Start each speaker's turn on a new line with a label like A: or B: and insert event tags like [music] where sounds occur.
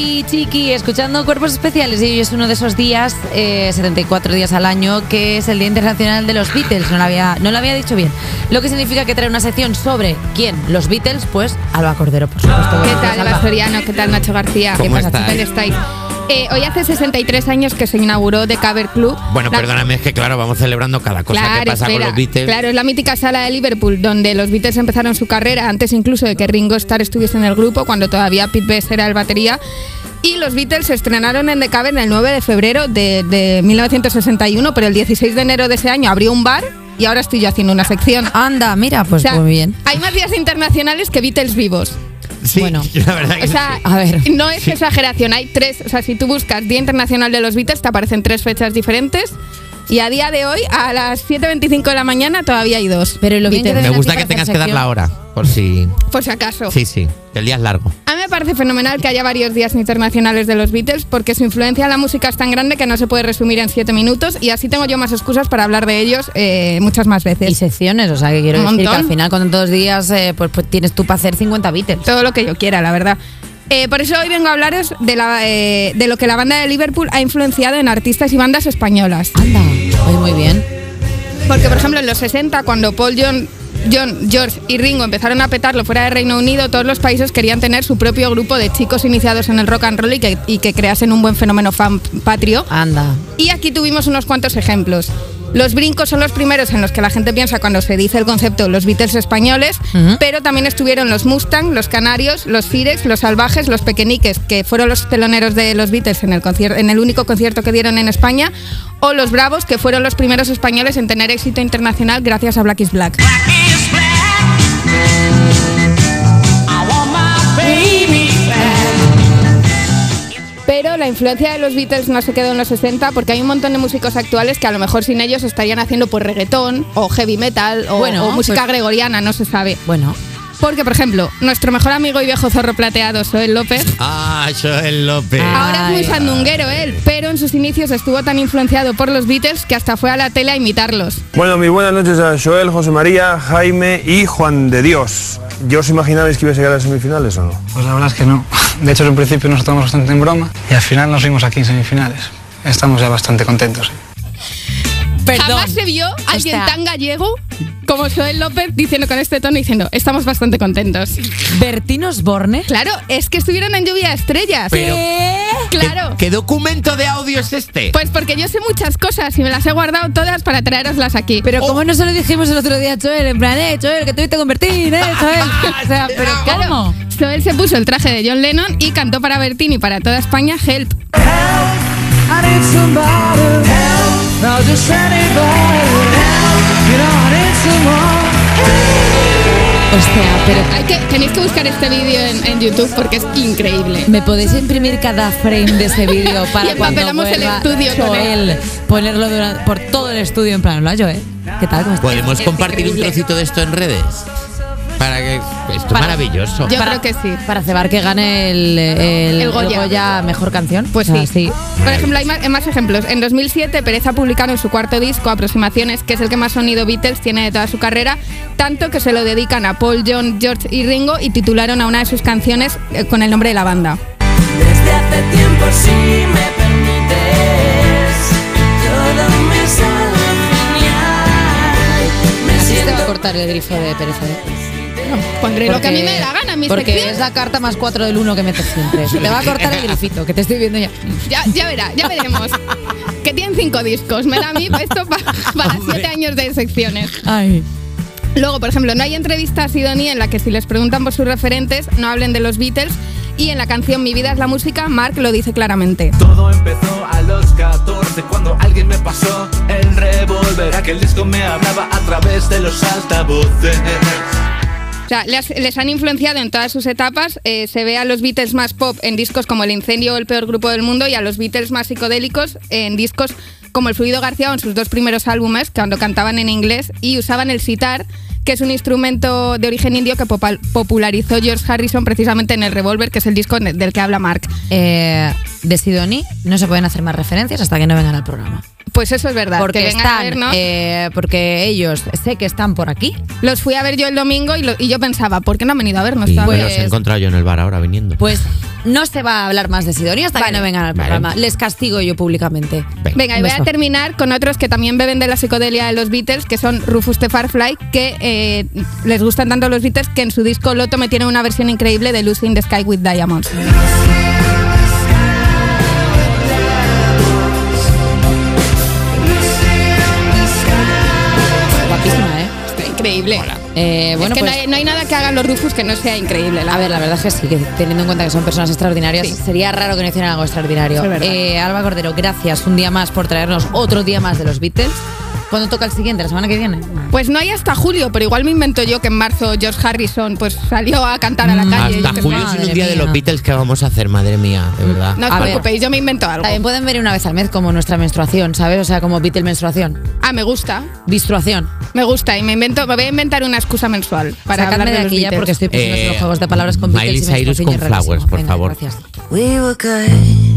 A: Y Chiqui, escuchando Cuerpos Especiales, y hoy es uno de esos días, eh, 74 días al año, que es el Día Internacional de los Beatles, no lo, había, no lo había dicho bien. Lo que significa que trae una sección sobre quién, los Beatles, pues Alba Cordero, por supuesto.
B: Ah. ¿Qué
A: Buenos días,
B: tal,
A: Alba.
B: Bastoriano? ¿Qué tal, Nacho García?
C: ¿Cómo
B: ¿Qué
C: estáis?
B: ¿Dónde estáis? Eh, hoy hace 63 años que se inauguró The Cover Club.
C: Bueno,
B: La-
C: perdóname, es que claro, vamos celebrando cada cosa
B: Claro,
C: que pasa
B: espera.
C: con los Beatles.
B: Claro, es la mítica sala de Liverpool, donde los Beatles empezaron su carrera antes incluso de que Ringo Starr estuviese en el grupo, cuando todavía Pete Best era el batería. Y los Beatles se estrenaron en The Cavern el 9 de febrero de, de 1961, pero el 16 de enero de ese año abrió un bar y ahora estoy yo haciendo una sección.
A: Anda, mira,
B: O
A: pues
B: sea,
A: muy bien.
B: hay más días internacionales que Beatles vivos.
C: Sí,
A: Bueno.
C: [laughs] la verdad que
B: O sea,
C: sí.
A: A ver.
B: no es exageración, hay tres, o sea, si tú buscas Día Internacional de los Beatles, te aparecen tres fechas diferentes y a día de hoy, a las 7.25 de la mañana, todavía hay dos.
A: Pero lo bien que
B: Beatles,
C: me
A: deben
C: gusta
A: aquí
C: que
A: para
C: tengas
A: hacer
C: que dar
A: sección.
C: la hora, por si...
B: por si acaso.
C: Sí, sí, el día es largo.
B: A mí me parece fenomenal que haya varios días internacionales de los Beatles porque su influencia en la música es tan grande que no se puede resumir en siete minutos y así tengo yo más excusas para hablar de ellos eh, muchas más
A: Y
B: veces.
A: secciones, o sea, que quiero
B: Un
A: decir que
B: montón.
A: al final con dos días, eh, pues, pues tienes tú para hacer 50 Beatles.
B: Todo lo que yo quiera, la verdad. Eh, por eso hoy vengo a hablaros de, la, eh, de lo que la banda de Liverpool ha influenciado en artistas y bandas españolas.
A: Anda, pues muy bien.
B: Porque, por ejemplo, en los 60, cuando Paul John, John, George y Ringo empezaron a petarlo fuera de Reino Unido, todos los países querían tener su propio grupo de chicos iniciados en el rock and roll y que, y que creasen un buen fenómeno fan patrio.
A: Anda.
B: Y aquí tuvimos unos cuantos ejemplos. Los brincos son los primeros en los que la gente piensa cuando se dice el concepto de los Beatles españoles,
A: Ujú.
B: pero también estuvieron los Mustang, los Canarios, los Firex, los Salvajes, los Pequeñiques, que fueron los teloneros de los Beatles en el, concier- en el único concierto que dieron en España, o los Bravos, que fueron los primeros españoles en tener éxito internacional gracias a Black is Black. Pero la influencia de los Beatles no se quedó en los 60 porque hay un montón de músicos actuales que a lo mejor sin ellos estarían haciendo por reggaetón o heavy metal o,
A: Bueno,
B: o música
A: pues-
B: gregoriana, no se sabe.
A: Bueno,
B: Porque, por ejemplo, nuestro mejor amigo y viejo zorro plateado, Soel López,
C: Ah, Joel López.
A: Ah.
B: ahora es
A: Ay.
B: muy sandunguero él, pero en sus inicios estuvo tan influenciado por los Beatles que hasta fue a la tele a imitarlos.
D: Bueno, mis buenas noches a Joel, José María, Jaime y Juan de Dios. ¿Yo os imaginabais que iba a llegar a las semifinales o no?
E: Pues la verdad es que no. De hecho, en un principio nos tomamos bastante en broma y al final nos vimos aquí en semifinales. Estamos ya bastante contentos. ¿eh?
B: Jamás se vio a alguien
A: sea-
B: tan gallego como Soel López diciendo con este tono diciendo, estamos bastante contentos.
A: Bertín Osborne.
B: Claro, es que estuvieron en lluvia de estrellas.
C: Pero-
B: Eh.
C: ¿Qué-
B: Claro.
C: ¿Qué, documento de audio es este?
B: Pues porque yo sé muchas cosas y me las he guardado todas para traeroslas aquí. Oh,
A: Pero como no se lo dijimos el otro día a Joel, en plan, eh, Joel, que tuviste con Bertín, eh,
B: [laughs]
A: Joel. O sea, pero ¿cómo?
B: Joel se puso el traje de John Lennon y cantó para Bertini y para toda España Help.
A: O sea, pero
B: Hay que, tenéis que buscar este vídeo en, en YouTube porque es increíble.
A: ¿me podéis imprimir cada frame de ese
B: [laughs]
A: vídeo para
B: Y
A: cuando
B: empapelamos el
A: vuelva
B: estudio con
A: Joel, ponerlo durante- por todo el estudio en plan, hola Joel, ¿qué tal? ¿Cómo estás?
C: ¿Podemos
A: Es
C: compartir un
A: increíble.
C: trocito de esto en redes? Para que... Esto es
A: Para-
C: maravilloso.
B: Yo
A: Para-
B: creo que sí.
A: Para cebar que gane el, el,
B: El Goya.
A: el mejor canción.
B: Pues
A: O sea,
B: sí. Por ejemplo, hay más, hay más ejemplos. En 2007, Pérez ha publicado en su cuarto disco, Aproximaciones, que es el que más sonido Beatles tiene de toda su carrera, tanto que se lo dedican a Paul, John, George y Ringo y titularon a una de sus canciones eh, con el nombre de la banda.
F: Desde hace tiempo si me permites Todo me sale genial Me
A: Te va
F: siento
A: a cortar el grifo de Pérez.
B: ¿eh? Pondré lo que a mí me dé la gana, en mi
A: Porque
B: sección.
A: es la carta más cuatro del uno que metes siempre. Se te va a cortar el grifito, que te estoy viendo ya.
B: Ya, ya verá,
A: [laughs]
B: ya veremos. que tienen cinco discos. Me da a mí esto pa- para siete años de secciones.
A: Ay.
B: Luego, por ejemplo, no hay entrevista a Sidonie en la que si les preguntan por sus referentes no hablen de los Beatles. Y en la canción Mi vida es la música, Mark lo dice claramente.
G: Todo empezó a los 14 cuando alguien me pasó el revólver. Aquel disco me hablaba a través de los altavoces.
B: O sea, les, les han influenciado en todas sus etapas. Eh, se ve a los Beatles más pop en discos como El Incendio o El Peor Grupo del Mundo y a los Beatles más psicodélicos en discos como El Fluido García o en sus dos primeros álbumes, cuando cantaban en inglés y usaban el sitar, que es un instrumento de origen indio que popal- popularizó George Harrison precisamente en El Revolver, que es el disco ne- del que habla Mark.
A: Eh, de Sidoni no se pueden hacer más referencias hasta que no vengan al programa.
B: Pues eso es verdad. que
A: Porque
B: vengan a
A: están,
B: vernos.
A: eh, porque ellos sé que están por aquí.
B: Los fui a ver yo el domingo y, lo- y yo pensaba, ¿por qué no han venido a vernos
C: Y me
B: todavía?
C: los he
A: pues-
C: encontrado yo en el bar ahora viniendo.
A: Pues no se va a hablar más de Sidonia hasta que no vengan al
C: Vale.
A: programa. Les castigo yo públicamente.
B: Venga, y voy
A: Beso.
B: a terminar con otros que también beben de la psicodelia de los Beatles, que son Rufus the Firefly, que eh, les gustan tanto los Beatles que en su disco Loto me tienen una versión increíble de Lucy in the Sky with Diamonds.
A: Guapísima, ¿eh?
B: Está increíble.
A: Eh, bueno,
B: es que
A: pues,
B: no, hay, no hay nada que hagan los Rufus que no sea increíble. La
A: a ver, la verdad es que sí, que teniendo en cuenta que son personas extraordinarias,
B: Sí.
A: sería raro que no hicieran algo extraordinario.
B: Eso es verdad.
A: Eh, Alba Cordero, gracias un día más por traernos otro día más de los Beatles. ¿Cuándo toca el siguiente? ¿La semana que viene?
B: Pues no hay hasta julio, pero igual me invento yo que en marzo George Harrison pues salió a cantar a
A: Mm,
B: la calle.
C: Hasta
B: yo qué sé.
C: julio sin
A: madre
C: un día de
A: mía.
C: los Beatles que vamos a hacer, madre mía, de verdad.
B: No os
A: A ver. Eh,
B: preocupéis, yo me invento algo.
A: También pueden ver una vez al mes como nuestra menstruación, ¿sabes? O sea, como Beatle menstruación.
B: Ah, me gusta,
A: Bistruación.
B: me gusta y me invento, me voy a inventar una excusa mensual para
A: Sacadme
B: hablar
A: de
B: los
A: aquí ya
B: Beatles.
A: porque estoy pensando en
C: Eh,
A: los juegos de palabras con
C: Miley
A: Beatles y
C: Cyrus
A: menstruación y
C: con
A: es rarísimo.
C: Flowers, por
A: Venga,
C: favor.
A: Gracias.
F: We were good.